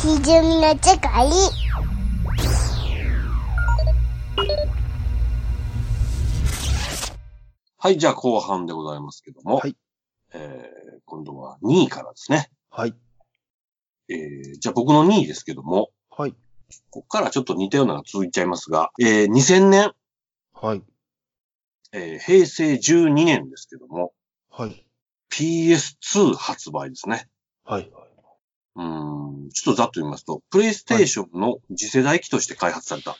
ひじゅみのちかいはい、じゃあ後半でございますけども。はい。えー、今度は2位からですね。はい。えー、じゃあ僕の2位ですけども、はい。ここからちょっと似たようなのが続いちゃいますが、えー、2000年、はい。えー、平成12年ですけども、はい。 PS2 発売ですね。はい。うーん、ちょっとざっと言いますと、プレイステーションの次世代機として開発された、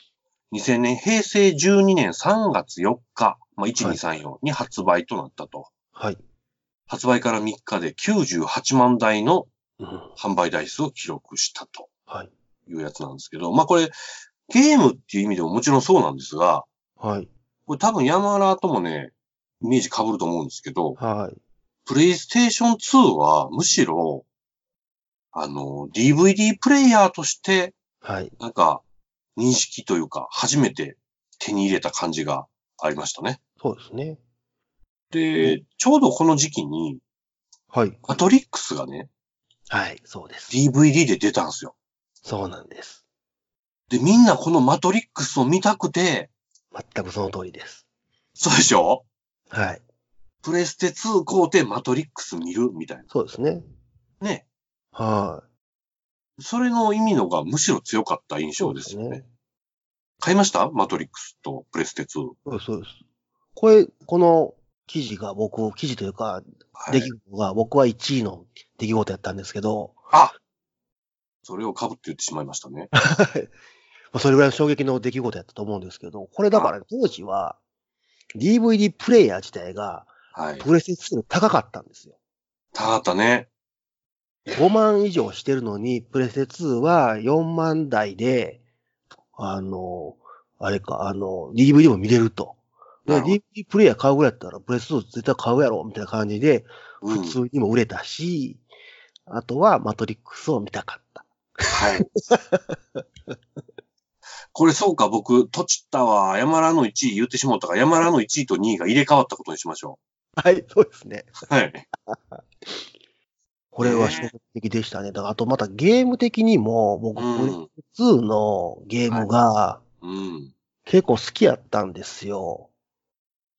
2000年、平成12年3月4日、まあ、1234に発売となったと。はい。発売から3日で98万台のうん販売台数を記録したとはい。いうやつなんですけど、まあこれ、ゲームっていう意味でももちろんそうなんですが、はい。これ多分山ラともね、イメージ被ると思うんですけど、はい。プレイステーション2はむしろ、あの、DVD プレイヤーとして、はい。なんか、認識というか、初めて手に入れた感じがありましたね。そうですね。で、ちょうどこの時期に、はい。マトリックスがね、はい。そうです。 DVD で出たんですよ。そうなんです。で、みんなこのマトリックスを見たくて、全くその通りです。そうでしょはい。プレステ2買うてマトリックス見るみたいそうですね。な。ね。はそれの意味のがむしろ強かった印象ですよね。そうです買いましたマトリックスとプレステ2。い。そうです。そうです。これ、この記事が僕、記事というか、は出い来。事が僕は1位の出来事やったんですけど、それを被って言ってしまいましたね。はいまあそれぐらいの衝撃の出来事やったと思うんですけど、これだから当時は DVD プレイヤー自体がはい。プレステ2高かったんですよ。高かったね。 5万以上してるのに、プレステ2は4万台で、あの、あれか、あの、DVD も見れると。なるでほど DVD プレイヤー買うぐらいだったら、プレステ2絶対買うやろ、みたいな感じで、うん普。通にも売れたし、あとはマトリックスを見たかった。はい。 これそうか、僕、とちったは山田の1位言ってしまったから、山田の1位と2位が入れ替わったことにしましょはい、そうですね。う。はい。これは衝撃的でしたね。だから、あとまたゲーム的にも、僕、うプレん。ステ2のゲームがうん。結構好きやったんですよ。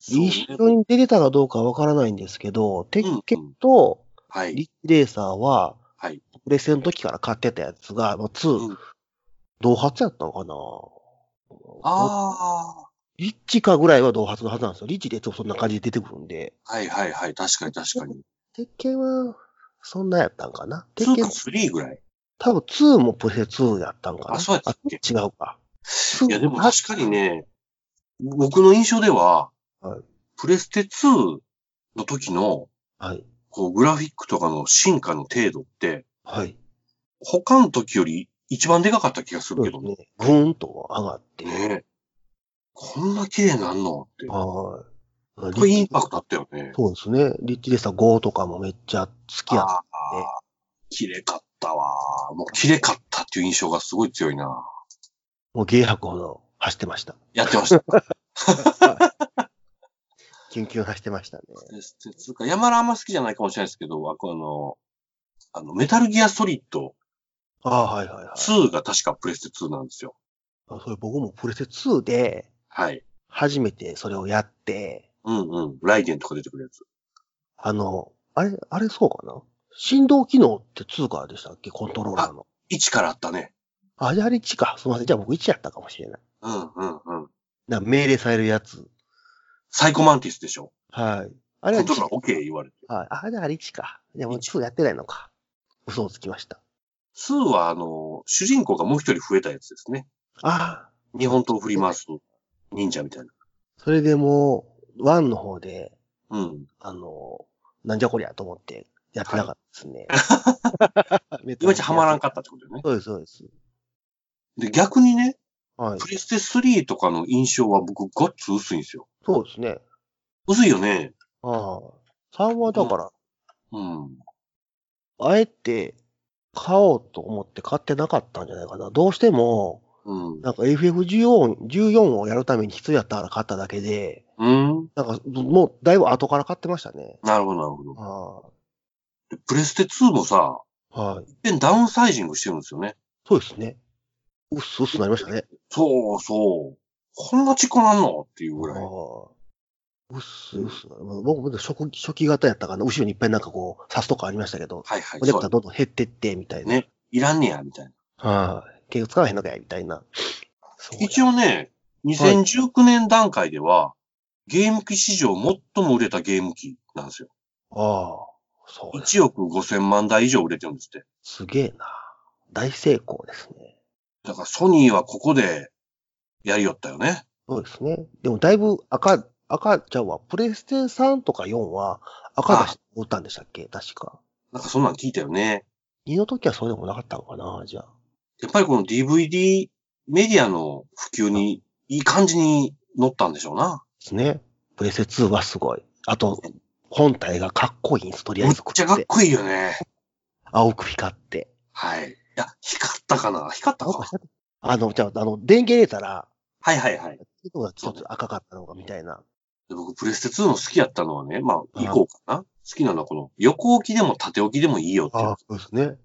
そうね一緒に出てたかどうかわからないんですけど、鉄拳とはい。リッチレーサーは、はいプレステの時から買ってたやつが、まあ、2、うん同発やったのかなあリッチかぐらいは同発のはずなんですよ。リッチでいつもそんな感じで出てくるんで。あ。はいはいはい。確かに確かに。鉄拳は、そんなやったんかな鉄2拳か、3ぐらい。多分2もプレステ2やったんかなあそうやったっけあ違うか。いやでも確かにね、僕の印象では、はいプレステ2の時の、はい。こう、グラフィックとかの進化の程度って、はい。他の時より一番でかかった気がすそるうけでどすね。ね。ぐーんと上がって。ねえこんな綺麗になんのって。はい。これインパクトあったよね。そうですね。リッチレーサー5とかもめっちゃ好きやった。ああ、綺麗かったわ。もう綺麗かったっていう印象がすごい強いな。もうゲー吐くほど走ってました。やってま した。キュンキュン走ってましたね。ですてつうか、山田あんま好きじゃないかもしれないですけど、あこの、あの、メタルギアソリッドああ、はいはいはい。 2が確かプレステ2なんですよ。あそれ僕もプレステ2ではい。初めてそれをやって、うんうん。ライデンとか出てくるやつ。あの、あれ、あれそうかな振動機能って2からでしたっけコントローラーの。 1からあったね。あ、じゃああれ1か。すみません。じゃあ僕1やったかもしれない。うんうんうん。なんか命令されるやつ。サイコマンティスでしょ。はい。あれコはントローラー1。 OK 言われて。はい。あ、じゃああれ1か。いやもう2やってないのか。嘘をつきました。 2は、あの、主人公がもう一人増えたやつですね。ああ。日本刀を振り回す忍者みたいな。それでもう、1の方で、うん。あの、なんじゃこりゃと思ってやってなかったですね。め っいまいちハマらんかっったってことよね。そうです、そうです。で、逆にね、はいプ。レステ3とかの印象は僕、ごっつ薄いんですよ。そうですね。薄いよね。ああ。3はだから、うん。あえて買おうと思って買ってなかったんじゃないかな。どうしても、うん。なんか FF14 14をやるために必要やったから買っただけで、うん。なんかもうだいぶ後から買ってましたね。なるほど、なるほど。あでプレステ2もさ、あ。はい。一遍ダウンサイジングしてるんですよね。そうですね。うっすうっすなりましたね。そうそう。こんな事故なんのっていうぐあらい。ーうっすうっすな。まあ僕も初期初期型やったかな。後ろにいっぱいなんかこう、刺すとかありましたけど、はいはい。おでそこうがだどんどん減ってって、みたいな。ねいらんねや、みたいな。はい。結局使わへんのかい、みたいな。そうや一応ね、2019年段階では、ゲーム機史上最も売れたゲーム機なんですよ。ああ、そうです。 1億5000万台以上売れてるんですって。すげえな。大成功ですね。だからソニーはここでやりよったよね。そうですね。でもだいぶ赤、赤ちゃうわ。プレステ3とか4は赤出しておったんでしたっけ確か。なんかそんなん聞いたよね。 2の時はそうでもなかったのかなじゃあ。やっぱりこの DVD メディアの普及にいい感じに乗ったんでしょうな。ですね。プレステ2はすごい。あと、本体がかっこいいんです。とりあめえっずこちゃかっって。こいいよね。青く光って。はい。いや、光ったかな光った青くか光ってあの、じゃあ、あの、電源入れたら、はいはいはい。ちょっと赤かったのかみたいな。で僕、プレステ2の好きやったのはね、まあ、以降かな。好きなのはこの横置きでも縦置きでもいいよっていう。あそうですね。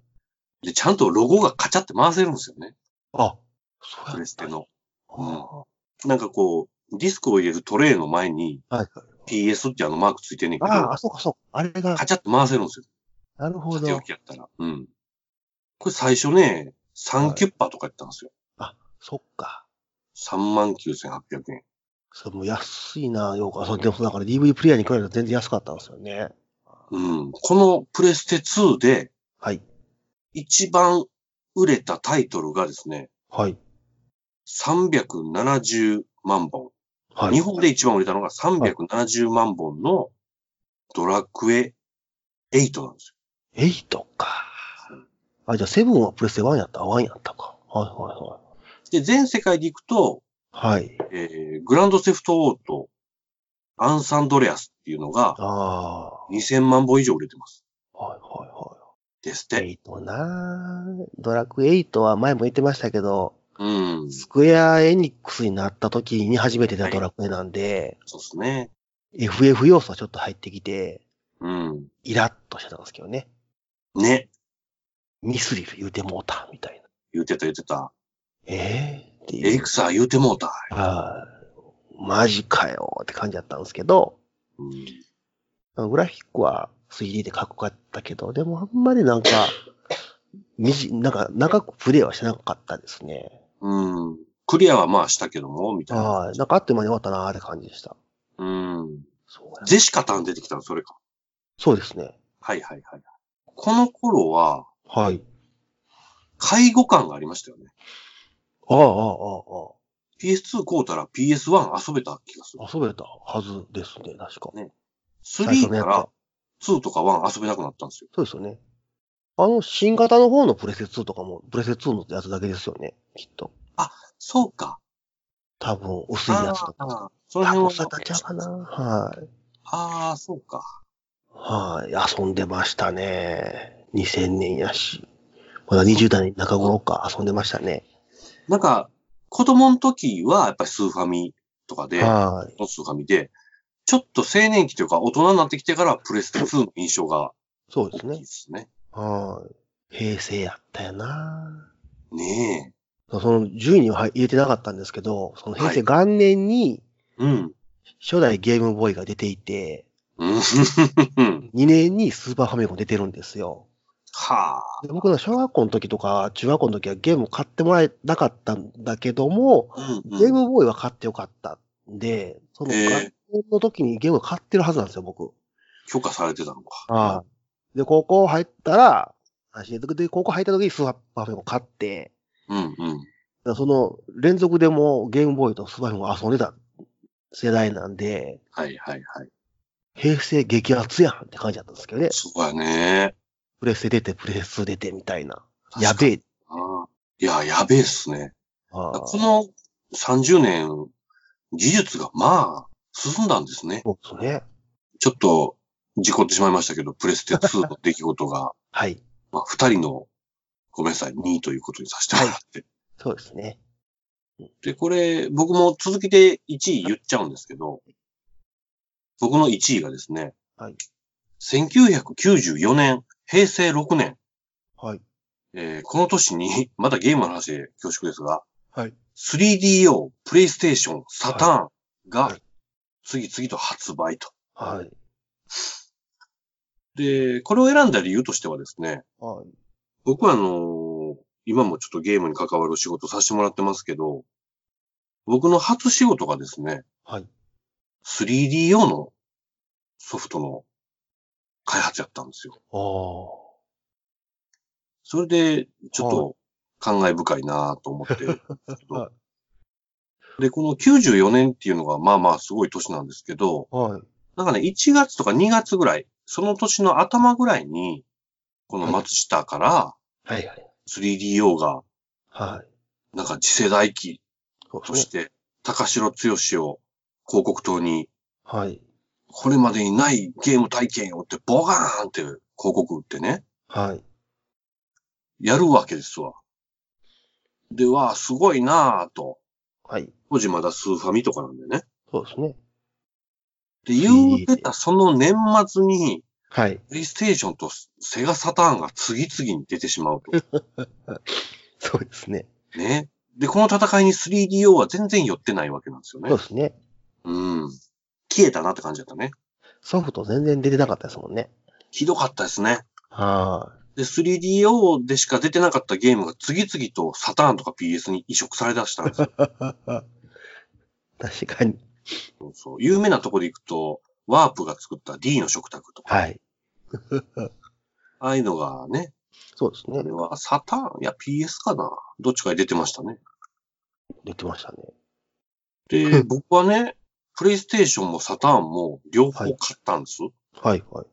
で、ちゃんとロゴがカチャって回せるんですよね。あ、そうやプレステの。ああなんかこう、ディスクを入れるトレイの前にはい。 PS ってあのマークついてんねんけど、ああ、そうかそうか。あれが、カチャって回せるんですよ。なるほ縦ど置。きやったら。うん。これ最初ね、3キュッパーとかやったんですよ。そっか。 39,800円。それも安いな、ようか。そう、でもだから DVD プレイヤーに比べると全然安かったんですよね。うん。このプレステ2ではい。一番売れたタイトルがですね、はい。 370万本。はい。日本で一番売れたのが370万本のドラクエ8なんです8か。あ、じゃあ7はプレステ1やった ?1 やったか。はよ。で、全世界で行くと、いはいはい。はい。えー、グランドセフトオート、アンサンドレアスっていうのがああ。は2000万本以上売れてます。いはですっいはい。て。エイトなドラクエ8は前も言ってましたけど、うん。スクエアエニックスになった時に初めて出たドラクエなんで、そうですね。 FF 要素はちょっと入ってきて、うん。イラッとしてたんですけどね。ね。ミスリル言うてもうた、みたいな。言ってた言ってた。ええっていう。エリクサー言うてもうた。はいマジかよって感じだったんですけど、うん。グラフィックは 3D でかっこよかったけど、でもあんまりなんか、みじ、なんか長くプレイはしてなかったですね。うん。クリアはまあしたけども、みたいな。はい。なんかあっという間に終わったなーって感じでした。うん。そうやゼシカタン出てきたの、それか。そうですね。はいはいはい。この頃は、はい。介護感がありましたよね。ああ、ああ、あ PS2 買うたら PS1 遊べた気がするあ。。遊べたはずですね、確か。ね最3初のかやつらは。 2とか1遊べなくなったんですよ。そうですよね。あの、新型の方のプレセ2とかも、プレセ2のやつだけですよね、きっと。そうか。多分、薄いやあつとか。あ、その多分、辺それはだ。けかな。はい。ああ、そうか。はい、遊んでましたね。2000年やし。まだ20代中頃か、遊んでましたね。なんか、子供の時はやっぱりスーファミとかで、はい。のスーファミで、ちょっと青年期というか大人になってきてからプレステ2の印象がそう大ですきいねで。すね。はい。平成やったよな。ねその10位には入れてなかったんですけど、その平成元年にえ。うん。初代ゲームボーイが出ていて、うん。 2年にスーパーファミコン出てるんですよ。はあ。で僕の小学校の時とか中学校の時はゲーム買ってもらえなかったんだけども、うんうんゲームボーイは買ってよかったんで、そのええ学校の時にゲーム買ってるはずなんですよ、僕。許可されてたのか。はい。で、高校入ったら、あで、高校入った時にスーパーフェンを買って、うんうん。だからその連続でもうゲームボーイとスーパーフェンを遊んでた世代なんで、はいはいはい。平成激アツやんって感じだったんですけどね。そうやね。プレステ出て、プレス2出てみたいな。確かやべえ。ああいや、やべえっすね。あーこの30年、技術がまあ、進んだんですね。そうですね。ちょっと、事故ってしまいましたけど、プレステ2の出来事が、 はい。まあ、二人の、ごめんなさい、2位ということにさせてもらって。そうですね。で、これ、僕も続けて1位言っちゃうんですけど、僕の1位がですね、はい1994年、平成6年、はい。えーこの年に、 まだゲームの話で恐縮ですが、はい。 3DO、プレイステーション、サターンはがい次々と発売と。はい。で、これを選んだ理由としてはですね、はい。僕はあのー今もちょっとゲームに関わる仕事させてもらってますけど、僕の初仕事がですね、はい。 3DO のソフトの開発やったんですよ。ああ。それで、ちょっと感慨深いなと思ってるんですけど はで、この94年っていうのがまあまあすごい年なんですけど、はい。なんかね、1月とか2月ぐらい、その年の頭ぐらいに、この松下からはいはい。 3DO が、はい。なんか次世代機そうそでしすね。て、高城剛を広告塔に、はい。これまでにないゲーム体験をって、ボガーンって広告打ってね、はい。やるわけですわ。では、すごいなぁと。はい。当時まだスーファミとかなんでね。そうですね。で、言うてたその年末に、はい。プレイステーションとセガサターンが次々に出てしま うと。そうですね。ね。で、この戦いに 3DO は全然寄ってないわけなんですよそうね。ですね。うん。消えたなって感じだったね。ソフト全然出てなかったですもんね。ひどかったですね。はで、3DO でしか出てなかったゲームが次々とサターンとか PS に移植されだしたんですよ。 い。確かに。そうそう有名なとこで行くと、ワープが作った D の食卓とか、はい。ああいうのがね、そうですこねれ。はサターン、いや PS かなどっちかに出てましたね。出てましたね。で、僕はね、プレイステーションもサターンも両方買ったんです。はいはい。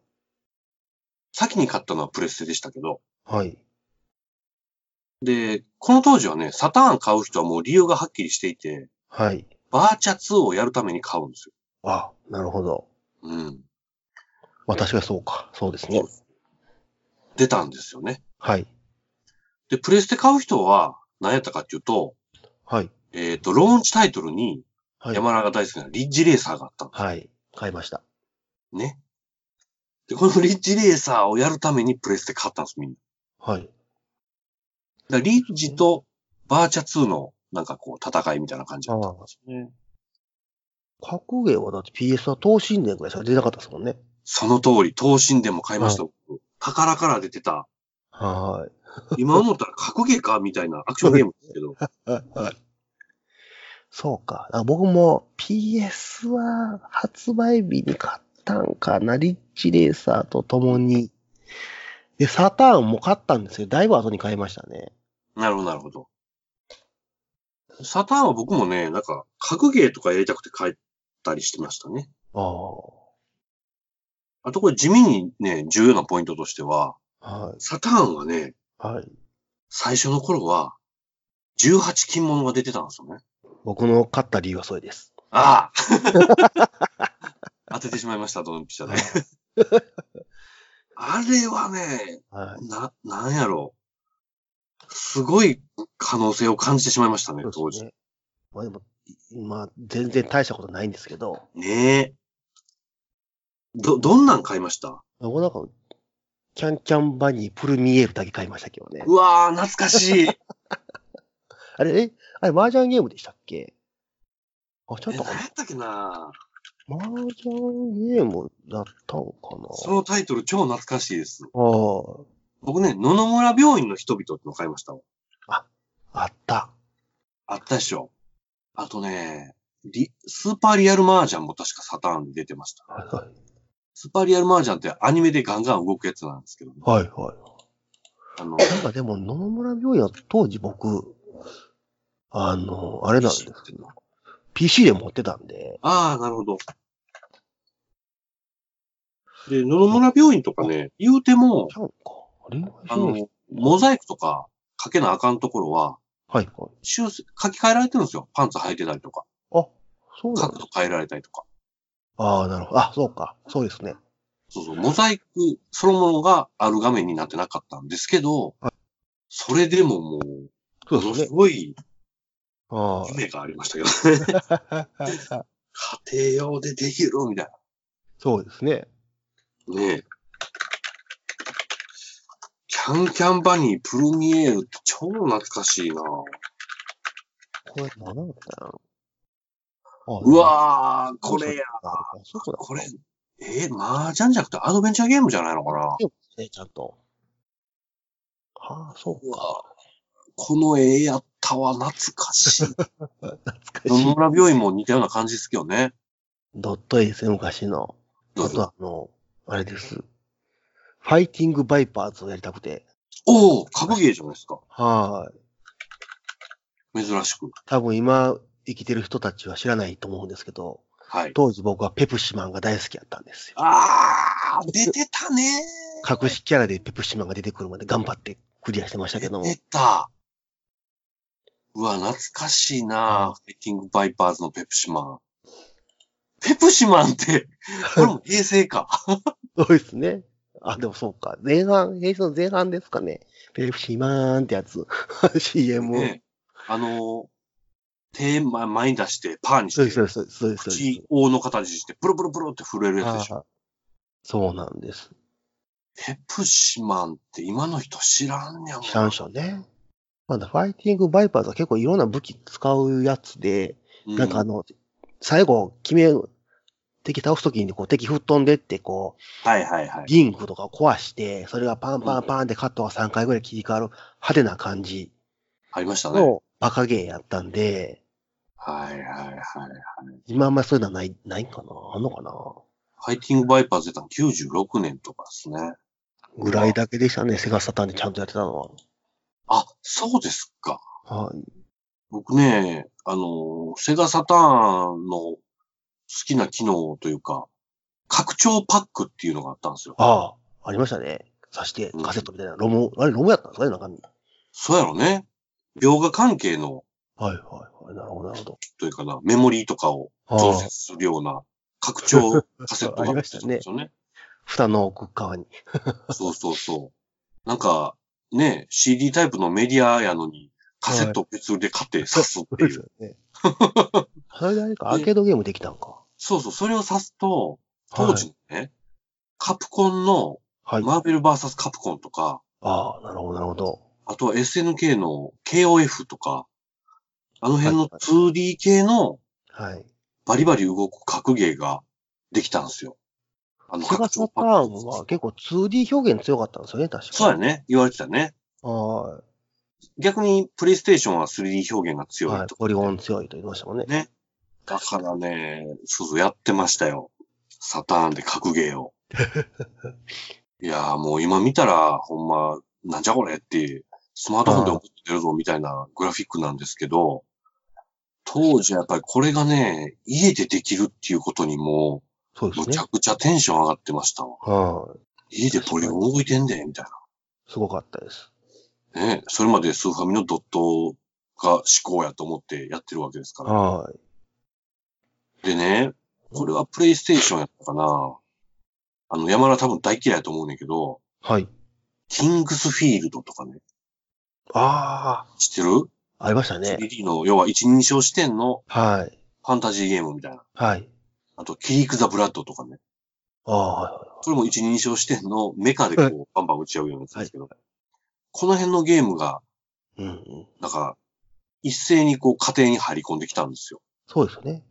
先に買ったのはプレステでしたけど、はい。で、この当時はね、サターン買う人はもう理由がはっきりしていて、はい。バーチャ2をやるために買うんですよ。あ、なるほど。うん。私がそうか。そうですね。出たんですよね。はい。で、プレステ買う人は何やったかっていうと、はい。えっ、と、ローンチタイトルにはい。山田が大好きなリッジレーサーがあったんではい。買いました。すね。で、このリッジレーサーをやるためにプレステ買ったんです、みんな。はい。だからリッジとバーチャ2のなんかこう戦いみたいな感じだったんですね。格ゲーはだって PS は等身年ぐらいしか出てなかったですもんね。その通り、東進でも買いました、僕宝から出てた。は今思ったら格ゲーかみたいなアクションゲームですけ ど。い。はい。そうか。あ僕も PS は発売日に買ったんかな。リッチレーサーと共に。で、サターンも買ったんですけど、だいぶ後に買いましたね。なるほど、なるほど。サターンは僕もね、なんか格ゲーとかやりたくて買ったりしてましたね。ああとこれ地味にね、重要なポイントとしては、あ。はい。サターンはね、はい。最初の頃は、18金物が出てたんですよね。僕の買った理由はそれです。ああ 当ててしまいました、ドンピシャで。 あれはね、はい。な、なんやろう。すごい可能性を感じてしまいましたね、そ当うで時。すね。まあでも、まあ全然大したことないんですけど、ねえ。ど、どんなん買いました僕なんか、キャンキャンバニープルミエールだけ買いましたけどね。うわー、懐かしい。あれ、えあれ、麻雀ゲームでしたっけあ、ちょっえ、と何かやったっけなな。麻雀ゲームだったのかなそのタイトル超懐かしいです。あ僕ね、野々村病院の人々ってのを買いましたわ。あ、あった。 あったでしょ。あとね、リスーパーリアルマージャンも確かサターンで出てました。はスーパーリアルマージャンってアニメでガンガン動くやつなんですけど、ね、いはあの、い。なんかでも、野々村病院は当時僕、あの、あれなんですけど、PC で持ってたんで、ああ、なるほど。で、野々村病院とかね、言うてもち、ゃうんか。あれあの、モザイクとかかけなあかんところは、はいはい。修正、書き換えられてるんですよ。パンツ履いてたりとか、あ、そうなん角だ。度変えられたりとか。ああ、なるほど。あ、そうか。そうですね。そうそう、モザイクそのものがある画面になってなかったんですけど、はそれでももう、そうものですすね。ごいあ夢がありましたけど、ね、 あ。家庭用でできるみたいそうですね。な。ねえ。キャンキャンバニー、プルミエールって超懐かしいなこれ何だったのうわー、これや。、あそうだこれ、えー、麻雀じゃなくてアドベンチャーゲームじゃないのかなね、ちゃんと。はあ、そううか。わこの絵やったわ、懐かしい。懐野かし々い。村病院も似たような感じですけどね。ドット絵ですね、昔の。どうあとぞ。あの、あれです。ファイティングバイパーズをやりたくて。おお、格ゲーじゃないですか。はい。珍しく。多分今、生きてる人たちは知らないと思うんですけど、はい。当時僕はペプシマンが大好きやったんですよ。あー、出てたね隠しキャラでペプシマンが出てくるまで頑張ってクリアしてましたけども出。た。うわ、懐かしいなファイティングバイパーズのペプシマン。ペプシマン って、これも平成か。そうですね。あ、でもそうか。前半、平成の前半ですかね。ペプシマンってやつ。CM を。ね、あのー、手前前に出して、パーにそうしでて、す、そうです、そうです。そうです口、大の形にして、プルプルプルって震えるやつでしょ。ああそうなんです。ペプシマンって今の人知らんやもん。知らんでしょうね。まだファイティングバイパーズは結構いろんな武器使うやつで、うなんかあの、最後、決め、敵倒すときにこう敵吹っ飛んでって、こう、はいはいはい。リングとかを壊して、それがパンパンパンってカットが3回ぐらい切り替わる派手な感じありましたね。のバカゲーやったんで、はいはいはい。今あんまりそういうのはない、ないんかなあんのかなファイティングバイパーズ出たの96年とかですね。ぐらいだけでしたね、セガサターンでちゃんとやってたのは。あ、そうですか。はい。僕ね、あの、セガサターンの好きな機能というか、拡張パックっていうのがあったんですよ。ああ、ありましたね。挿して、カセットみたいな。ロム、あれ、ロムやったんですかね、中身。そうやろね。描画関係の、はいはいはい。なるほど、なるほど。というかな、メモリーとかをあ増あ、設するような拡張カセット あがりましたねあったんですよね。蓋の奥側に。そうそうそう。なんか、ね、CD タイプのメディアやのに、カセット別で買って刺すっていう。よ ね。それであれか、アーケードゲームできたんか。そうそう、それを刺すと、当時のね、カプコンのはい。はい、マーベル VS カプコンとか、ああ、なるほど、なるほど。あとは SNK の KOF とか、あの辺のはい 2D 系のはい。バリバリ動く格ゲーができたんですよ。あのセガサターンは結構 2D 表現強かったんですよね、確かそうや。ね、言われてたね。は逆にプレイステーションは 3D 表現がい。強いはい。とかポリゴン強いと言いましたもんね。ねだからね、そうそうやってましたよ。サターンで格ゲーを。いやーもう今見たら、ほんま、なんじゃこれって、スマートフォンで送ってるぞみたいなグラフィックなんですけど、当時はやっぱりこれがね、家でできるっていうことにもそうでう、むすちねゃ。くちゃテンション上がってましたわ。はい。家でポリゴン動いてんで、みたいすごかったです。な。ね、それまでスーファミのドットが思考やと思ってやってるわけですから。はい。でね、これはプレイステーションやったかな。あの、山田多分大嫌いやと思うねんけど、はい。キングスフィールドとかね、あ知ってるあ、ありましたね。 ?3D の、要は一人称視点のはい。ファンタジーゲームみたいな。はい。あと、キリーク・ザ・ブラッドとかね。ああ、はいはい。これも一人称視点のメカではこう、バンバン打ち合うようなやつですけど、この辺のゲームが、うんうん。なんか、一斉にこう、家庭に入り込んできたんですよ。そうですよね。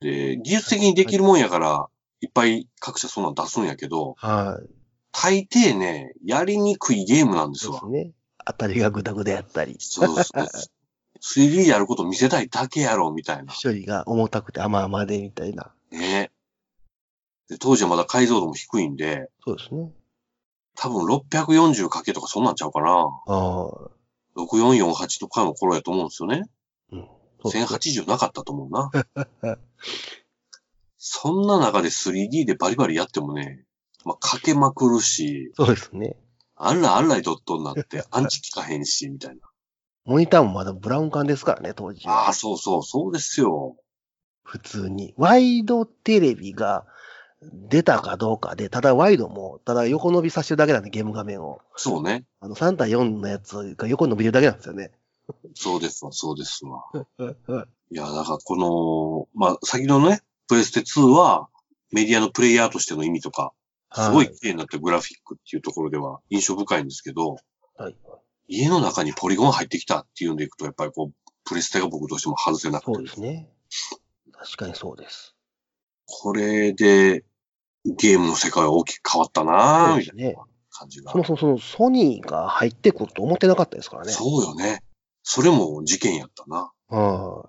で、技術的にできるもんやから、いっぱい各社そんなん出すんやけど、はい。大抵ね、やりにくいゲームなんですそうわで。すね。当たりがグダグダやったり、そうそう。3D やること見せたいだけやろ、みたいな。処理が重たくて甘々でみたいな。ね。で、当時はまだ解像度も低いんで、そうですね。多分 640× とかそんなんちゃうかな。ああ。 6448とかの頃やと思うんですよね。うん。そうですね1080なかったと思うな。そんな中で 3D でバリバリやってもね、まあ、かけまくるし、そうですね。あらあらいドットにな って、アンチ効かへんし、みたいな。モニターもまだブラウン管ですからね、当時あはあ、。そうそう、そうですよ。普通に。ワイドテレビが出たかどうかで、ただワイドも、ただ横伸びさせてるだけなんで、ゲーム画面を。そうね。あの、3対4のやつが横に伸びてるだけなんですよね。そうですわ、そうですわ。はいはいいや、だからこの、まあ、先のね、プレステ2は、メディアのプレイヤーとしての意味とか、すごい綺麗になったグラフィックっていうところでは印象深いんですけど、はい。家の中にポリゴン入ってきたっていうんでいくと、やっぱりこう、プレステが僕としても外せなくそうてで、すね。確かにそうです。これでゲームの世界は大きく変わったなぁ、そうみでたいすね。な感じがそ。もそもそのソニーが入ってくると思ってなかったですからね。そうよね。それも事件やったな。うん。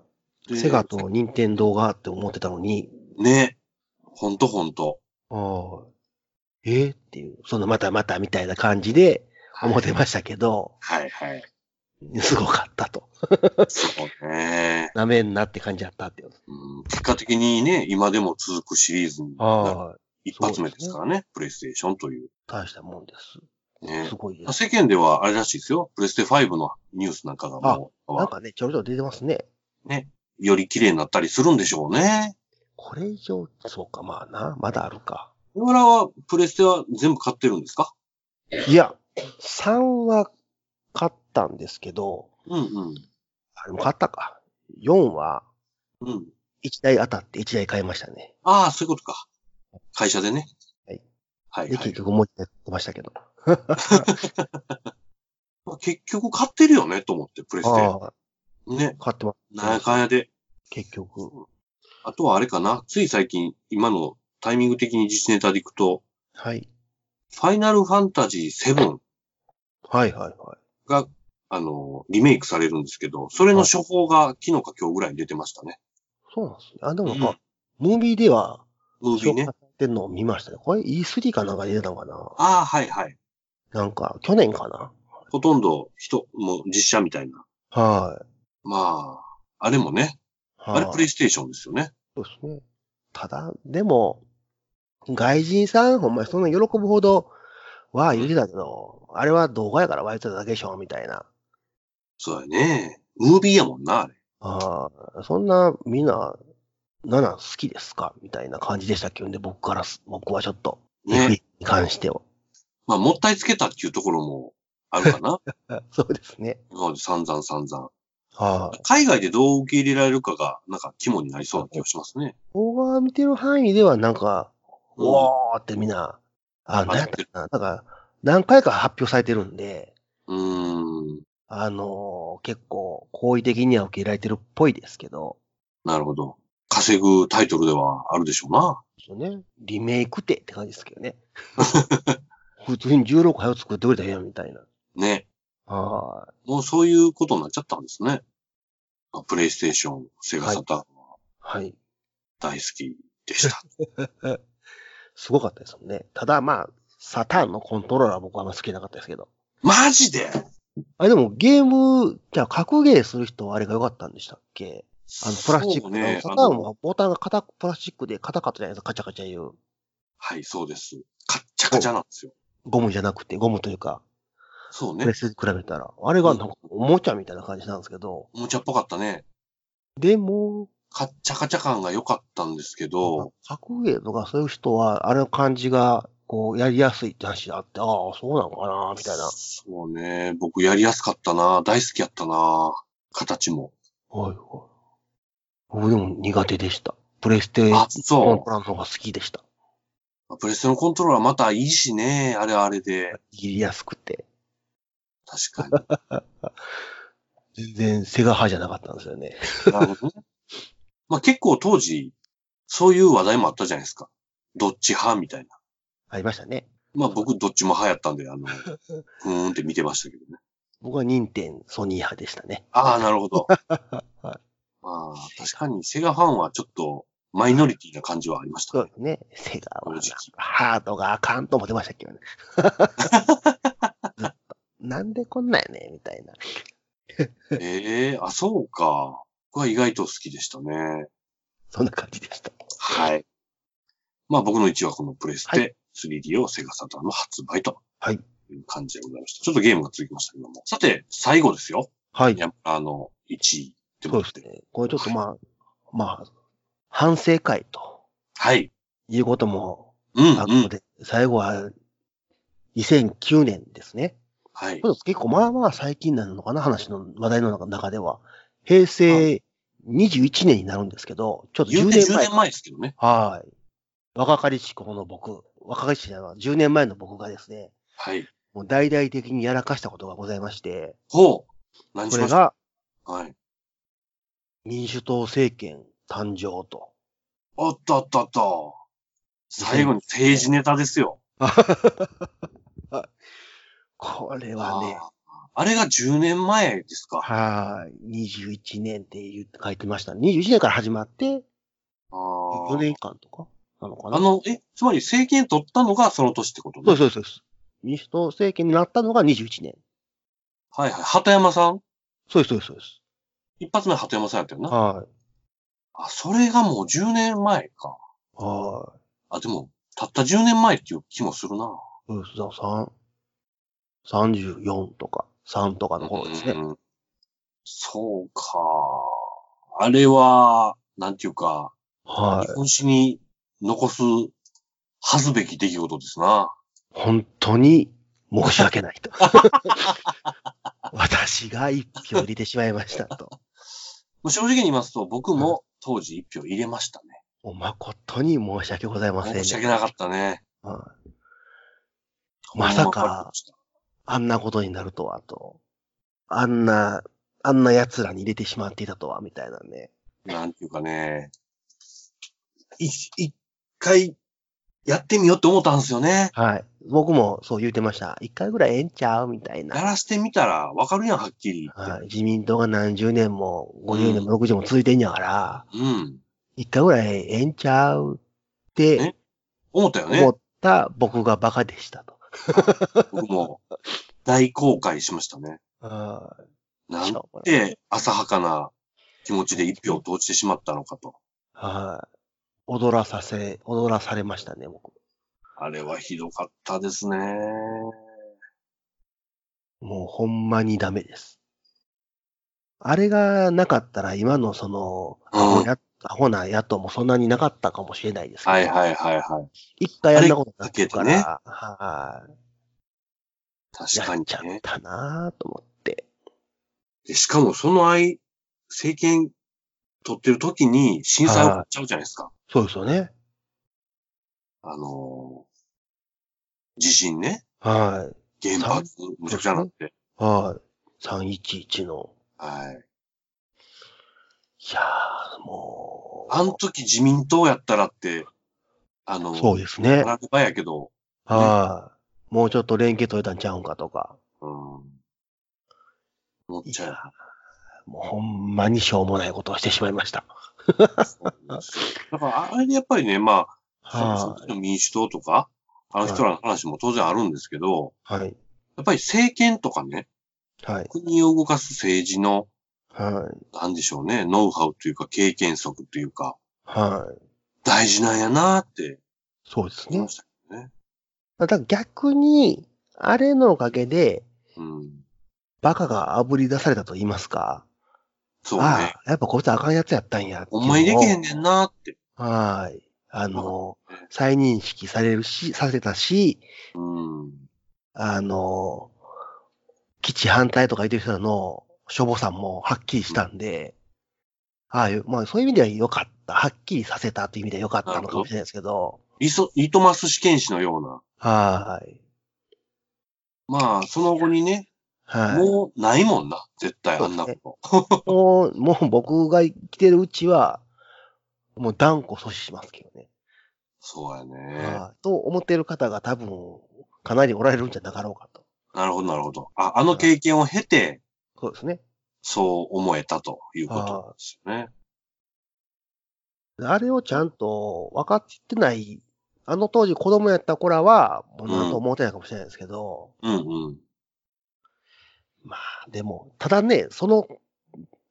でセガと任天堂がって思ってたのに、ね。ほんとほんと。うんえーっていう、そのまたまたみたいな感じで思ってましたけど、はいはい。すごかったと。そうね。なめんなって感じだったっていう。うん結果的にね、今でも続くシリーズになるはい。一発目ですからね。プレイステーションという。大したもんです。ねす。ごいです。世間ではあれらしいですよ。プレステ5のニュースなんかがもうなんかね、ちょろちょろ出てますね。より綺麗になったりするんでしょうね。これ以上、そうか、まあな、まだあるか。小原は、プレステは全部買ってるんですかいや、3は買ったんですけど、うんうん。あれも買ったか。4はうん。 1台当たって1台買いましたね。ああ、そういうことか。会社でね。はい。はい、で、はい結。局もう1台買ってましたけど。まあ結局買ってるよね、と思って、プレステ。ああ、ね。買ってます。なんやかんやで。結局。あとはあれかな。つい最近、今のタイミング的に実ネタでいくと、はい。ファイナルファンタジー7はいはいはい。が、あの、リメイクされるんですけど、それの処方が昨日か今日ぐらいに出てましたね。そうなんですね。あ、でもなんうか、ムービーでは、ムービーね紹介。されてるのを見ましたね。これ E3 かなんかで出たのかなああ、はいはい。なんか、去年かなほとんど人、もう実写みたいな。はい。まあ、あれもね、はあいれプレイステーションですよね。そうですね。ただ、でも、外人さん、ほんまにそんな喜ぶほど、は言ってたけど、あれは動画やから湧いてただけでしょ、みたいな。そうやね。ムービーやもんな、あれ。ああ、そんな、みんな、ナナ好きですかみたいな感じでしたっけどね、僕からす、僕はちょっと、ね FX に関しては。まあ、もったいつけたっていうところもあるか な。そうですね。今まで散々散々。はい。海外でどう受け入れられるかが、なんか肝になりそうな気がしますね。動画見てる範囲では、なんか、うんおーってみんな、あ、なんやったかな。だから、何回か発表されてるんで、うーん。あのー結構、好意的には受け入れられてるっぽいですけど、なるほど。稼ぐタイトルではあるでしょうな。そうね、リメイクってって感じですけど ね。普通に16回を作ってくれたらええやんみたいな。ね。は。もうそういうことになっちゃったんですね。まあプレイステーション、セガサターンはいはい。大好きでした。すごかったですもんね。ただまあ、サターンのコントローラーは僕はあんま好きじゃなかったですけど。マジであれでもゲーム、じゃあ格ゲーする人はあれが良かったんでしたっけあの、プラスチックそうの、ね。サタあーンのはボタンが硬く、プラスチックで硬かったじゃないですか。カチャカチャいう。はい、そうです。カッチャカチャなんですよ。ゴムじゃなくて、ゴムというか、そうプねレ。ステで比べたら。あれがなんかおもちゃみたいな感じなんですけど。おもちゃっぽかったね。でも、カッチャカチャ感が良かったんですけど、格ゲーとかそういう人は、あれの感じが、こう、やりやすいって話があって、ああ、そうなのかな、みたいな。そうね。僕やりやすかったな。大好きやったな。形も。はいはい。僕でも苦手でした。プレステあ、コンそトラの方が好きでした。う。プレステのコントローラーまたいいしね。あれはあれで。握りやすくて。確か全然セガ派じゃなかったんですよね。に。 なるほどね。まあ結構当時、そういう話題もあったじゃないですか。どっち派みたいな。ありましたね。まあ僕どっちも派やったんで、あ の、ふーんって見てましたけどね。僕は任天ソニー派でしたね。ああ、なるほど。 はいまあ、確かにセガファンはちょっとマイノリティな感じはありましたそうね。ですね。セガはな正直ハードがあかんと思ってましたけどね。 ずっとなんでこんなんやねんみたいな。ええあ、そうか。僕は意外と好きでしたね。そんな感じでした。はい。まあ僕の1はこのプレスはテ 3D をセガサターンの発売と。はい。いう感じでございました。ちょっとゲームが続きましたけども。さて、最後ですよ。はいい。や、あの、1位ってそこうでとすで。ね。これちょっとまあ、まあ、反省会とはい。いうこともうん、うあるのん。で、最後は2009年ですね。はいこ。れ結構まあまあ最近なのかな、話の話題の中中では。平成21年になるんですけど、ちょっと言10うて10年前。年前ですけどね。はい。若かりし頃の僕、若返してたのは10年前の僕がですね、はい。もう大々的にやらかしたことがございまして、ほう。何こしまれしたがはい。民主党政権誕生と。おっとっとっと。最後に政治ネタですよ。これはね、あーあれが10年前ですか。はい、21年って言って書いてました。21年から始まって、あ4ー年間とかなのかなあの、え、つまり政権取ったのがその年ってことねそうです、そうですそうです。民主党政権になったのが21年。はいはい。鳩山さんそうです、そうです、そうです。一発目鳩山さんやったよな。はあ、それがもう10年前か。い。はあ、でも、たった10年前っていう気もするな。い。そうです、だから3 34とか、3とかの頃ですね。うんそうか。あれは、なんていうか、は日い。本史に残す、はずべき出来事ですな。本当に申し 訳ないと。私が一票入れてしまいましたと。もう正直に言いますと、僕も当時一票入れましたね。もう誠に申し訳ございません、申し訳なかったね。はいまさかほん悪かったあんなことになるとはと。あんな、あんな奴らに入れてしまっていたとは、みたいなね。なんていうかね、い一回やってみようって思ったんですよね。はい。僕もそう言うてました。一回ぐらいええんちゃうみたいやな。らしてみたらわかるやん、はっきり。はい。自民党が何十年も、50年うも60年も続いてんやから、うん。一回ぐらいええんちゃうってね思ったよ思ね。った僕がバカでしたと。僕も大後悔しましたね。あなんょうもないて浅はかな気持ちで一票を投じてしまったのかと。はい。踊らさせ、踊らされましたね、僕。あれはひどかったですね。もうほんまにダメです。あれがなかったら今のその、アホうんやアホな野党もそんなになかったかもしれないですけど、はいはいはいはい。一回やんなことになってるから、あれだはい、確かやっにちゃっね。たなぁと思って。でしかもその愛、政権取ってる時に震災起こっちゃうじゃないですか。そうですよね。あのー地震ね。は原発、むちゃくちゃなって。い。はい。311の。はい。いやー、もう。あの時自民党やったらって、あの、そうですね。腹ばやけど、はい。もうちょっと連携取れたんちゃうんかとか。うん。思っいちやゃーもうほんまにしょうもないことをしてしまいました。う。だから、あれでやっぱりね、まあ、そのそのは時の民主党とか、あの人らの話も当然あるんですけど、い。はい。やっぱり政権とかね、はい。国を動かす政治の、はい。なんでしょうね、ノウハウというか、経験則というか、はい。大事なんやなーってそうです思いねま。した。だから逆に、あれのおかげで、うん。バカが炙り出されたと言いますか。そうあね。あ、やっぱこいつあかんやつやったんやっていうのを。思いできへんねんなーって。はい。あのそうね、再認識されるし、させたし、うん。あの、基地反対とか言ってる人らの、しょぼさもはっきりしたんで、ああいう、まあそういう意味では良かった。はっきりさせたという意味では良かったのかもしれないですけど、リソ、リトマス試験紙のような。はい。まあ、その後にね、はい。もうないもんな。絶対そあうでんすなねこもう、もう僕が来てるうちは、もう断固阻止しますけどね。と。そうやね。はいと思ってる方が多分、かなりおられるんじゃなかろうかと。なるほど、なるほど。あ、あの経験を経て、そうですね。そう思えたということですよね。あれをちゃんと分かってない、あの当時子供やった子らは、もうなんと思ってないかもしれないですけど、うんうん。まあでも、ただね、その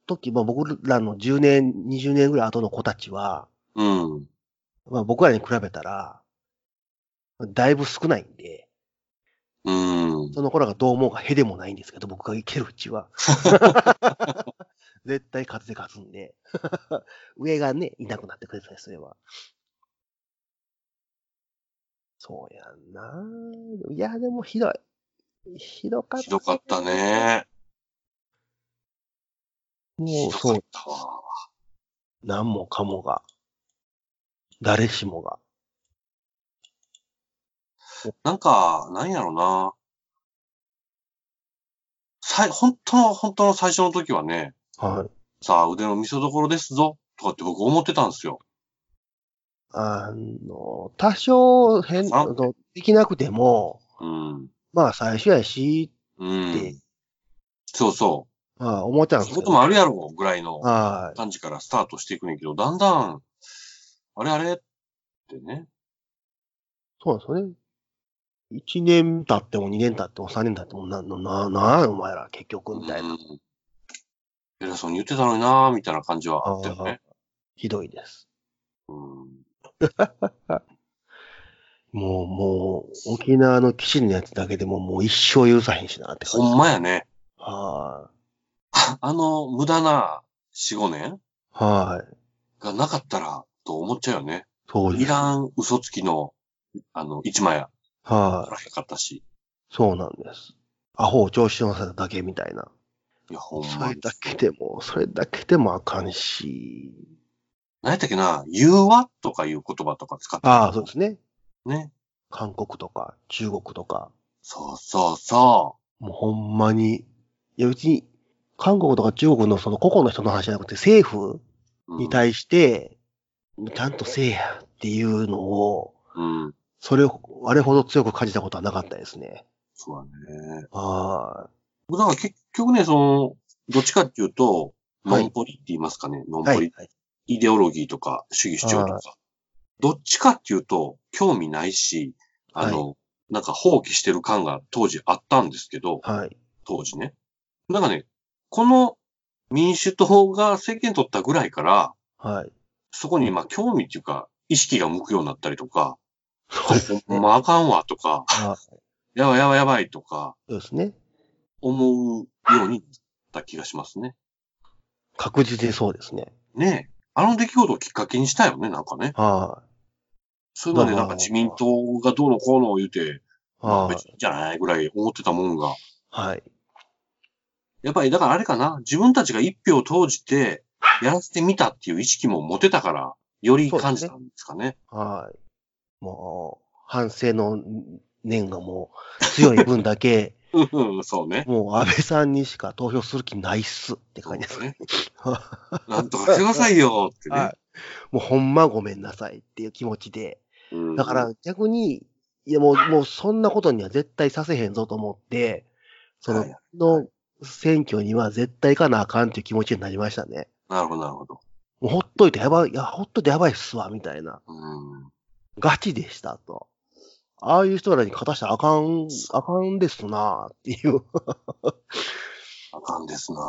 時、まあ僕らの10年、20年ぐらい後の子たちは、うん。まあ僕らに比べたら、だいぶ少ないんで、うん。その頃がどう思うかへでもないんですけど、僕がいけるう ちは。絶対勝つで勝つんで。 上がね、いなくなってくれたりすれば。そうやんな。いや、でもひどい。ひどかった。ひどかった。ね。もひどうかそっう、たわ。なんもかもが。誰しもが。なんか、なんやろな。さい、本当の、本当の最初の時はね、はい。さあ、腕の見せ所ですぞ、とかって僕思ってたんですよ。あの、多少変、ああのできなくても、うん。まあ最初やし、うってん。そうそまあ思ってたんう。でそすういうことけど。もあるやろ、ぐらいのはい。感じからスタートしていくねんけど、だんだん、あれあれってね。そうなんですよね。一年経っても二年経っても三年経っても、な、な、な、なんお前ら結局みたいな。うん偉そうに言ってたのになみたいな感じはあったよね。ひどいです。うん。もう、もう、沖縄の基地のやつだけでももう一生許さへんしなって感じ。ほんまやね。はあの、無駄な4、5年い。はい。がなかったら、と思っちゃうよね。そうでいす。らん嘘つきの、あの、一枚あはい。らへんかったし。そうなんです。アホを調子乗せただけみたいな。いや、ほんそまれに。だけでも、それだけでもあかんし。何やったっけな、融和とかいう言葉とか使ってああ、そうですね。ね。韓国とか、中国とか。そうそうそもうほんまに。いや、うちに、韓国とか中国のその個々の人の話じゃなくて、政府う。うんに対して、ちゃんとせえやっていうのを、うん。それを、あれほど強く感じたことはなかったですね。そうだね。は僕だから結局ね、その、どっちかっていうと、はノいンポリって言いますかね。ノンい。ポはリ、い。はいイデオロギーとか主義主張とはか。どっちかっていうと、興味ないし、あの、なんか放棄してる感が当時あったんですけど、はい。当時ね。なんかね、この民主党が政権取ったぐらいから、はい。そこにまあ興味っていうか、意識が向くようになったりとか、そうですね。ほんまあかんわとか、あやばいやばいやばいとか、そうですね。思うようになった気がしますね。確実にそうですね。ねえ。あの出来事をきっかけにしたよね、なんかね。はい。そういうのでなんか自民党がどうのこうの言うて、まあはい別にいいんじゃないぐらい思ってたもんが。はい。やっぱりだからあれかな、自分たちが一票投じて、やらせてみたっていう意識も持てたから、より感じたんですかね。はい。もう、反省の念がもう強い分だけ、うんうんそうね。もう安倍さんにしか投票する気ないっすってそう感じでですね。す。なんとかしてくださいよってね。はい。もうほんまごめんなさいっていう気持ちで。うんだから逆に、いやもう、もうそんなことには絶対させへんぞと思って、その、はいの選挙には絶対行かなあかんっていう気持ちになりましたね。なるほど、なるほど。もうほっといてやばい、いや、ほっといてやばいっすわ、みたいな。うん。ガチでしたと。ああいう人らに勝たしたらあかん、あかんですなっていう。あかんですな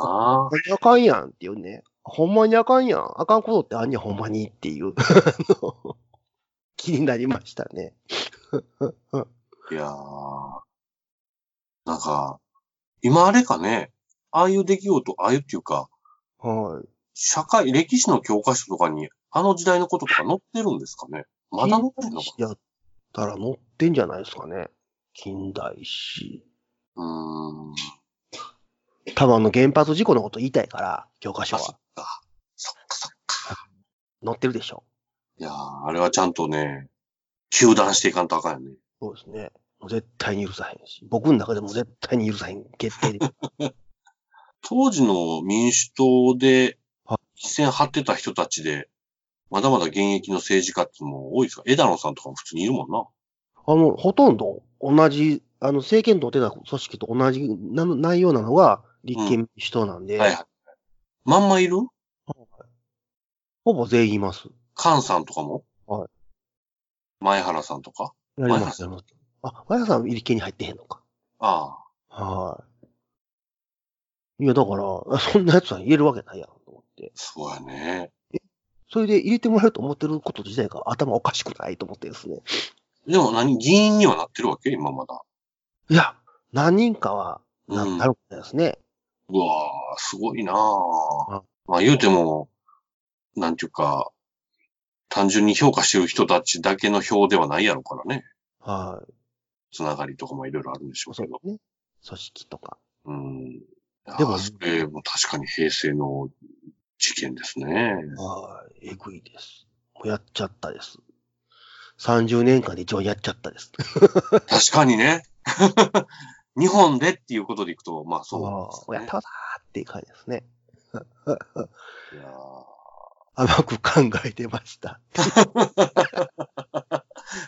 ぁ。あかんやんっていうね。ほんまにあかんやん。あかんことってあんにゃほんまにっていう。 あの気になりましたね。いやーなんか、今あれかね、ああいう出来事、ああいうっていうか、はい。社会、歴史の教科書とかに、あの時代のこととか載ってるんですかねまだ載ってるのかやったら乗ってんじゃないですかね。近代史。うーん。多分あの原発事故のこと言いたいから、教科書あ、そっは。か。そっかそっか。載ってるでしょ。いやーあれはちゃんとね、糾弾していかんとあかんよね。そうですね。もう絶対に許さへんし。僕の中でも絶対に許さへん。決 定で。当時の民主党では、一線張ってた人たちで、まだまだ現役の政治家っていうのも多いですか枝野さんとかも普通にいるもんな。あの、ほとんど同じ、あの、政権と出た組織と同じな内容なのが立憲民主党なんで、はいはい。まんまいるほぼ全員います。菅さんとかもはい。前原さんとかやります、やります。あ、マヤさん、立憲に入ってへんのか。あはい。いや、だから、そんな奴は言えるわけないやん、と思ってあ、。そうやね。それで入れてもらえると思ってること自体が頭おかしくないと思ってですね。でも何議員にはなってるわけ今まだ。いや、何人かは、な、うんなるみたいですね。うわーすごいなああまあ言うても、なんていうか、単純に評価してる人たちだけの票ではないやろからね。はい。つながりとかもいろいろあるんでしょうそうけでど。すね。組織とか。うん。ででもも、それも確かに平成の事件ですね。はい。えぐいです。もうやっちゃったです。 30年間で一番やっちゃったです。確かにね。 日本でっていうことでいくと、まあそうおです、やっね。たわーっていう感じですね。いやー甘く考えてました。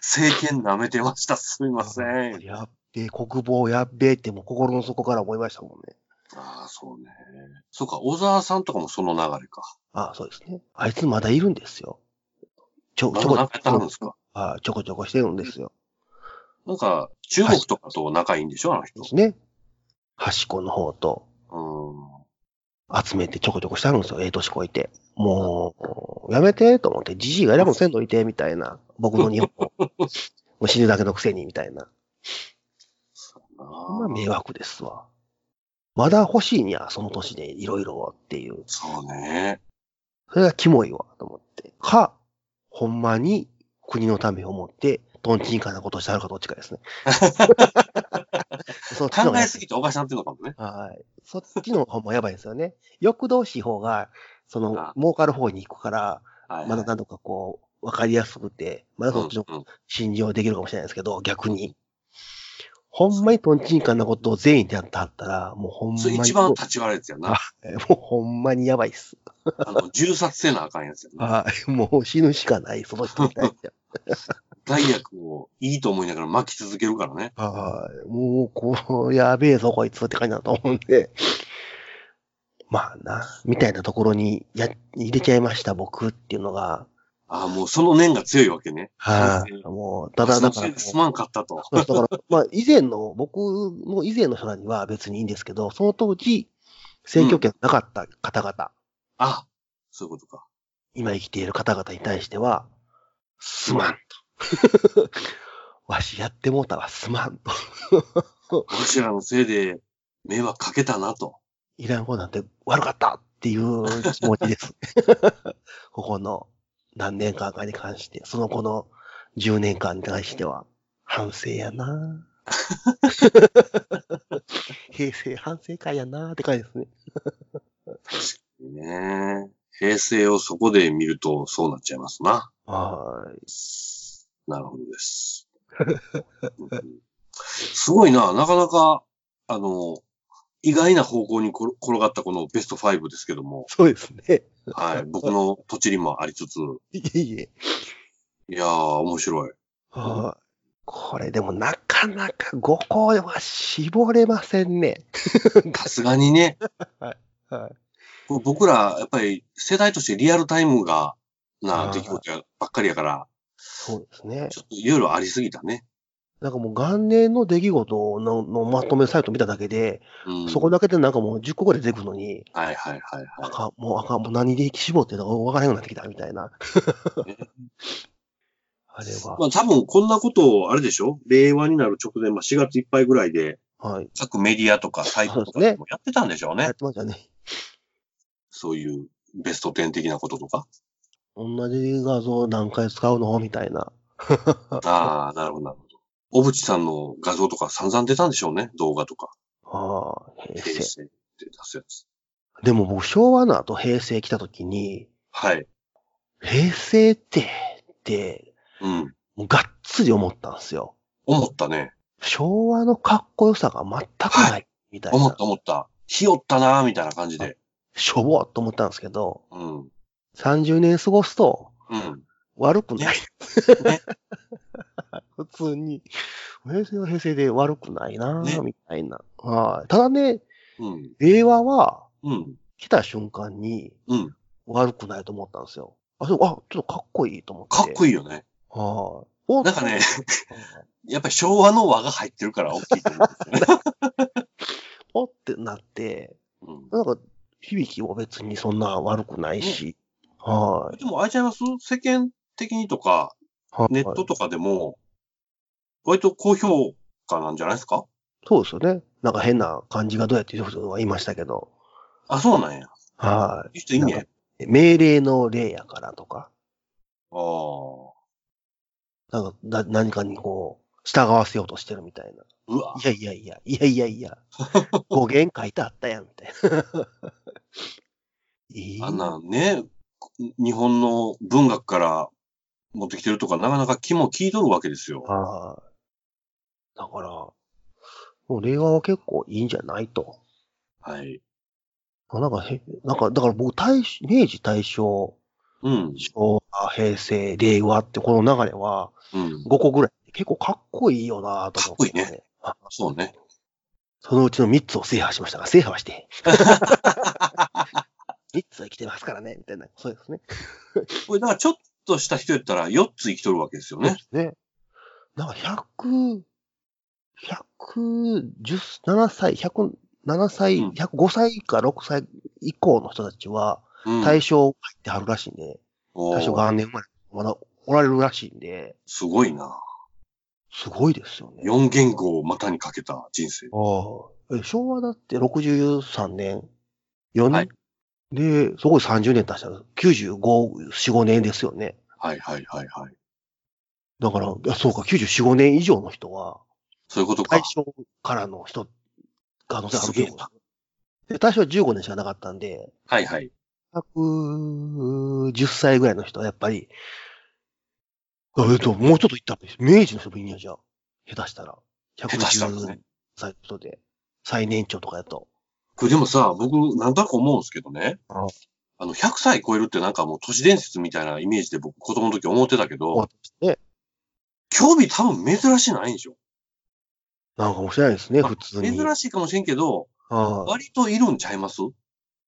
政権舐めてました。すみません。やっべえ、国防やっべえってもう心の底から思いましたもんね。ああ、そうね。そうか、小沢さんとかもその流れか。ああ、そうですね。あいつまだいるんですよ。ちょ、まちだょこ、仲やってはるんですかああちょこちょこしてるんですよ。なんか、中国とかと仲いいんでしょあの人で。すね。端っこの方とう集めてちょこちょこしてあるんですよ。ええ年こいて。もう、やめてと思って、じじいが選ぶせんどいて、みたいな。僕の日本を。もう死ぬだけのくせに、みたいな。ん。まああー迷惑ですわ。まだ欲しいには、その年でいろいろっていう。そうね。それがキモいわ、と思って。か、ほんまに国のためを思って、トンチンカンなことをしてあるかどっちかですね。そっちの考方がえすぎておかしなってんのかもね。はい。そっちの方もやばいですよね。 欲動し方が、そのあ、儲かる方に行くから、はいはいまだなんとかこう、わかりやすくて、まだそっちのうんうん信用できるかもしれないですけど、逆に。ほんまにトンチンカンなことを全員でやってはったら、もうほんまそれに。一番立ち悪いやつやな。もうほんまにやばいっす。あの、銃殺せなあかんやつやな。はい。 もう死ぬしかない、その人み たいな。害悪をいいと思いながら巻き続けるからね。はい。もう、こう、やべえぞ、こいつって感じだと思うんで。まあな、みたいなところにや入れちゃいました、僕っていうのが。ああ、もうその念が強いわけね。はい。もう、ただ私だのからせい。ですまんかったと。そうですだから、まあ、以前の、僕の以前の人らには別にいいんですけど、その当時、選挙権なかった方々、あ、そういうことか。今生きている方々に対しては、すまんと。 わしやってもうたわ、すまんと。私らのせいで迷惑かけたなと。いらん方なんて悪かったっていう気持ちです。ここの何年間かに関して、その後の10年間に関しては、反省やな平成反省会やなって感じですね。ねえ。平成をそこで見るとそうなっちゃいますな。はーい。なるほどです。うんすごいな。なかなか、あの、意外な方向に転転がったこのベスト5ですけども、そうですね。はい。僕の土地にもありつつ、いえいえ。いやー、面白い。はいこれでもなかなか5個では絞れませんね。さすがにね、はい。こう僕ら、やっぱり世代としてリアルタイムが、あなー出来事やばっかりやから、そうですね。ちょっといろいろありすぎたね。なんかもう元年の出来事ののまとめサイト見ただけで、うん。そこだけでなんかもう10個ぐらい出てくるのに、はいはいはいあはかん、もうあかん、もう何で絞ってんのか分からなくなってきたみたいな。い。 あれは。まあ多分こんなことを、あれでしょ令和になる直前、まあ4月いっぱいぐらいで、はい。各メディアとかサイトとかでもやってたんでしょうやねっ。てましたね。そういうベスト10的なこととか。同じ画像何回使うのみたいな。ああ、なるほどなるほど。小渕さんの画像とか散々出たんでしょうね。動画とか。ああ、平平成。成って出すやつ。でも僕、昭和の後平成来た時に、はい。平成って、って、うん。もうがっつり思ったんですよ。思ったね。昭和のかっこよさが全くな、はいみたい思っなた。思った。ひよったなーみたいな感じで。しょぼっと思ったんですけど、うん。うん。 30年過ごすと、悪くない。ね 普通に、平成は平成で悪くないなねぁ、みたいな。はいただね、うん。令和はうん。来た瞬間にうん。悪くないと思ったんですよ。あ、そう、あ、ちょっとかっこいいと思って。かっこいい。いいよね。はい。おなんかね、やっぱり昭和の和が入ってるから大きいと思 うんですよね。 おってなって、うんなんか、響きも別にそんな悪くないし。はい。でも、あれちゃいます世間的にとか、はいネットとかでも、割と高評価なんじゃないですかそうですよね。なんか変な感じがどうやって言う人がいましたけど。あ、そうなんや。はいう人いんねや。なあんい。命令の例やからとか。あー。なんか、だ何かにこう、従わせようとしてるみたいな。うわ。いやいやいや、いやいや いや、語源書いてあったやん、みたいな。 いいあんなね、日本の文学から持ってきてるとか、なかなか気も利いとるわけですよ。はい。だから、もう令和は結構いいんじゃないと。はい。あなんかへ、なんか、だから僕、大正明治、大正、うん。昭和、平成、令和ってこの流れはうん。 5個ぐらい。結構かっこいいよなと思って、かっこそうね。そのうちの3つを制覇しましたが、制覇 はして。3つは生きてますからね、みたいな。そうですね。これ、だからちょっとした人やったら4つ生きとるわけですよそうねで。すね。なんか100、117歳、107歳、うん105歳か6歳以降の人たちは、うん。対象入ってはるらしいんで、おー対象元年生まれ、まだおられるらしいんで、すごいな。すごいですよね。 4言語を股にかけた人生。ああ。え昭和だって63年、4年、はいで、そこで30年足したら95、4、5年ですよね。はいはいはいはい。だから、いやそうか、94、5年以上の人は、そういうことか大。正からの人、可能性あするげけえどな。で、大正は15年しかなかったんで、はいはい。 110歳ぐらいの人はやっぱり、あえっと、もうちょっといったら、明治の人もいいんや、じゃあ。下手したら。手したらね110歳の人で、最年長とかやと。これでもさ、僕、なんとなく思うんですけどね。あああの、100歳超えるってなんかもう都市伝説みたいなイメージで僕、子供の時思ってたけ思どって、ね興味多分珍しいないんでしょ。なんかもしれないですね、まあ普通に。珍しいかもしれんけど、はい割といるんちゃいます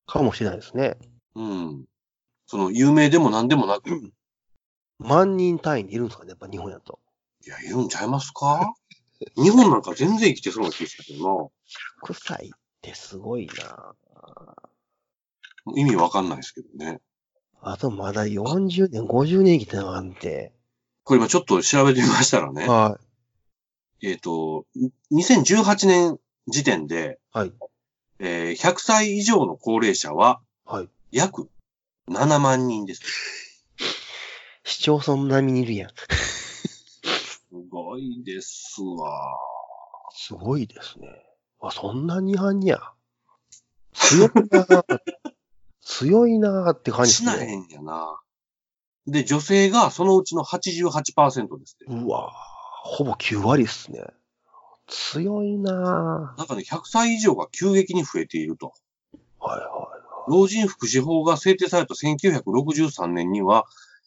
かもしれないですね。うん。その、有名でも何でもなく、い万人単位でいるんですかね、やっぱ日本やと。や、いるんちゃいますか日本なんか全然生きてそうな気がするけど100歳ってすごいなな。意味わかんないですけどね。あとまだ40年、50年生きてなんて。これ今ちょっと調べてみましたらね、はえっ、と、2018年時点で、はいえー100歳以上の高齢者は、い。はい。約7万人です。す市町村並みにいるやん。ごいですわ。すごいですね。あ、そんなにあんにゃ。強い なぁ強いなぁって感じしでなすへね。んやな。で、女性がそのうちの88%ですって。うわぁほぼ9割っすね。強いなぁなんかね、100歳以上が急激に増えていると。はいはい。老人福祉法が制定された1963年には、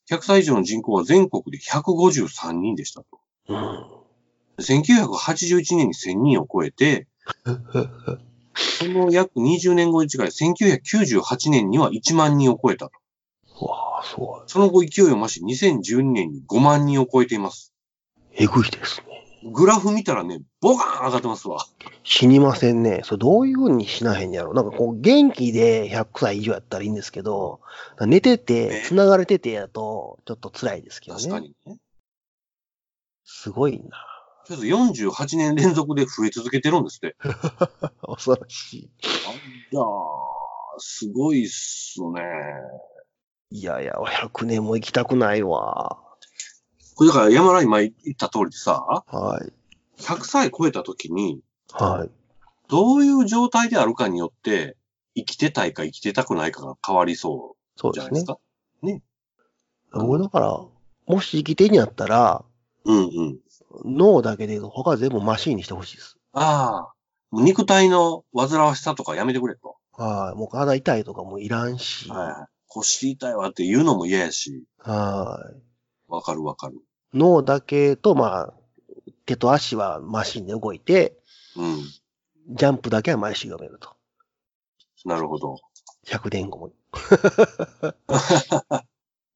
100歳以上の人口は全国で153人でしたと。うん。 1981年に1000人を超えて、その約20年後に近い1998年には1万人を超えたと。うわぁすごい。その後勢いを増し、2012年に5万人を超えています。えぐいですね。グラフ見たらね、ボカーン上がってますわ。死にませんね。それどういうふうに死なへんやろ。なんかこう、元気で100歳以上やったらいいんですけど、寝ててね、繋がれててやと、ちょっと辛いですけど確かね。にね。すごいなとりあえず48年連続で増え続けてるんですって。ぁ恐ろしいやー、すごいっすね。い。いやいや、100年も生きたくないわ。これだから山田今言った通りでさ、はい。 100歳超えた時に、はい。どういう状態であるかによって、生きてたいか生きてたくないかが変わりそそううじでゃなすいでねす。か。僕だから、もし生きてんやったら、うんうん。脳だけで他全部マシンにしてほしいです。ああ、もう肉体の煩わしさとかやめてくれと。はい。もう体痛いとかもいらんし。ははい。腰痛いわって言うのも嫌やし、い。はい。わかるわかる。脳だけと、まあ、手と足はマシンで動いて、うん。ジャンプだけは毎週読めると。なるほど。 100年後 も。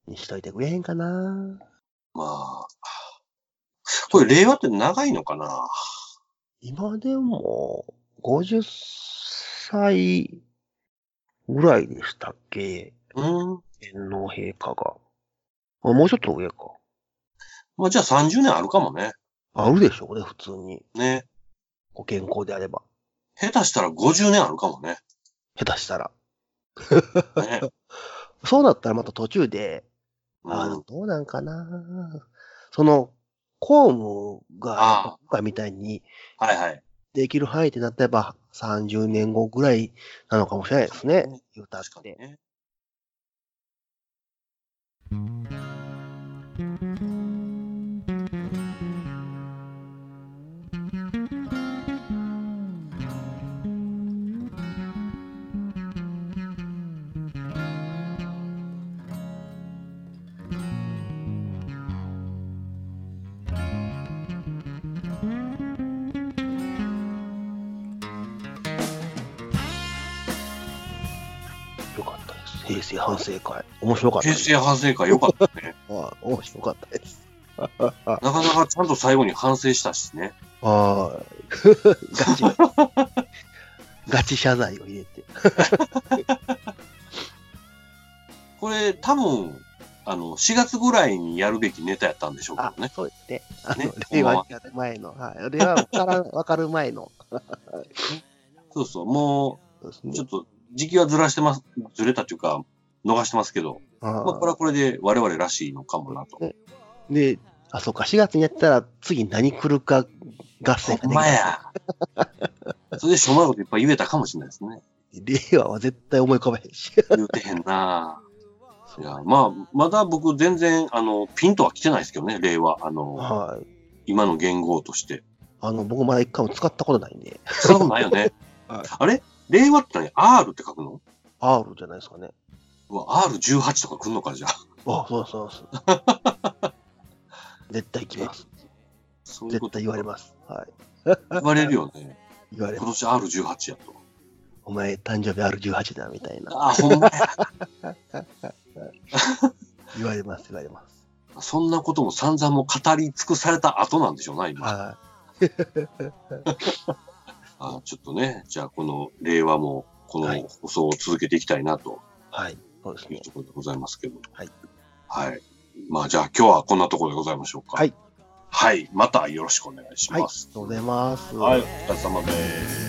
にしといてくれへんかなまあ。これ、令和って長いのかな今でも、50歳ぐらいでしたっけうん。天皇陛下が。あもうちょっと上か。まあ、じゃあ30年あるかもね。あるでしょうね、普通に。ね。ご健康であれば。下手したら50年あるかもね。下手したら。ね。そうだったらまた途中で、うんあの、どうなんかなその、公務があ、今回みたいにはいはい。できる範囲ってなったらやっぱ30年後ぐらいなのかもしれないですねそうね。言うたっ確かにて。ね。平成反省会。面白かった平です。成反省会良かったね。はい面白かったです。なかなかちゃんと最後に反省したしね。ああ、 ガチ、 ガチ謝罪を入れて。これ多分、あの、4月ぐらいにやるべきネタやったんでしょうけあどね、。そうですね。あのね、令和になる前の、はい。令和わからん、 わかる前の。そうそう。もそうですう、ねちょっと、時期はずらしてます、ずれたというか、逃してますけど、あまあ、これはこれで我々らしいのかもなと。ーで、あ、そうか、4月にやったら次何来るか合戦ほがんね、まや。それでしょうもないこといっぱい言えたかもしれないですね。令和は絶対思い浮かべへんし。言うてへんなぁ。いや、まあ、まだ僕全然、あの、ピンとは来てないですけどね、令和。あの、はい。今の言語として。あの、僕まだ一回も使ったことないんで、そんなことないよね。はいあれ令和って何 ?R って書くの R じゃないですかね。うわ、R18 とか来んのか、じ ゃあ。あ、そうですそうそう。 絶対来ます。そういうこと絶対言われます。はい。言われるよね。言われ今ます。年 R18 やと。お前、誕生日 R18 だ、みたいな。あ、ほんまや。 言われます、言われます。そんなことも散々もう語り尽くされた後なんでしょうな、今。はあちょっとね、じゃあこの令和も、こはのい放送を続けていきたいなとい。はい。そうですいうね。ところでございますけど。はい。はい。まあじゃあ今日はこんなところでございましょうか。はい。はい。またよろしくお願いしはい。ありまがす。とうございます。はい。お疲れ様です。